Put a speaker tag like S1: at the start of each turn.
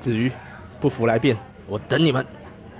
S1: 子瑜，不服来辩，我等你们。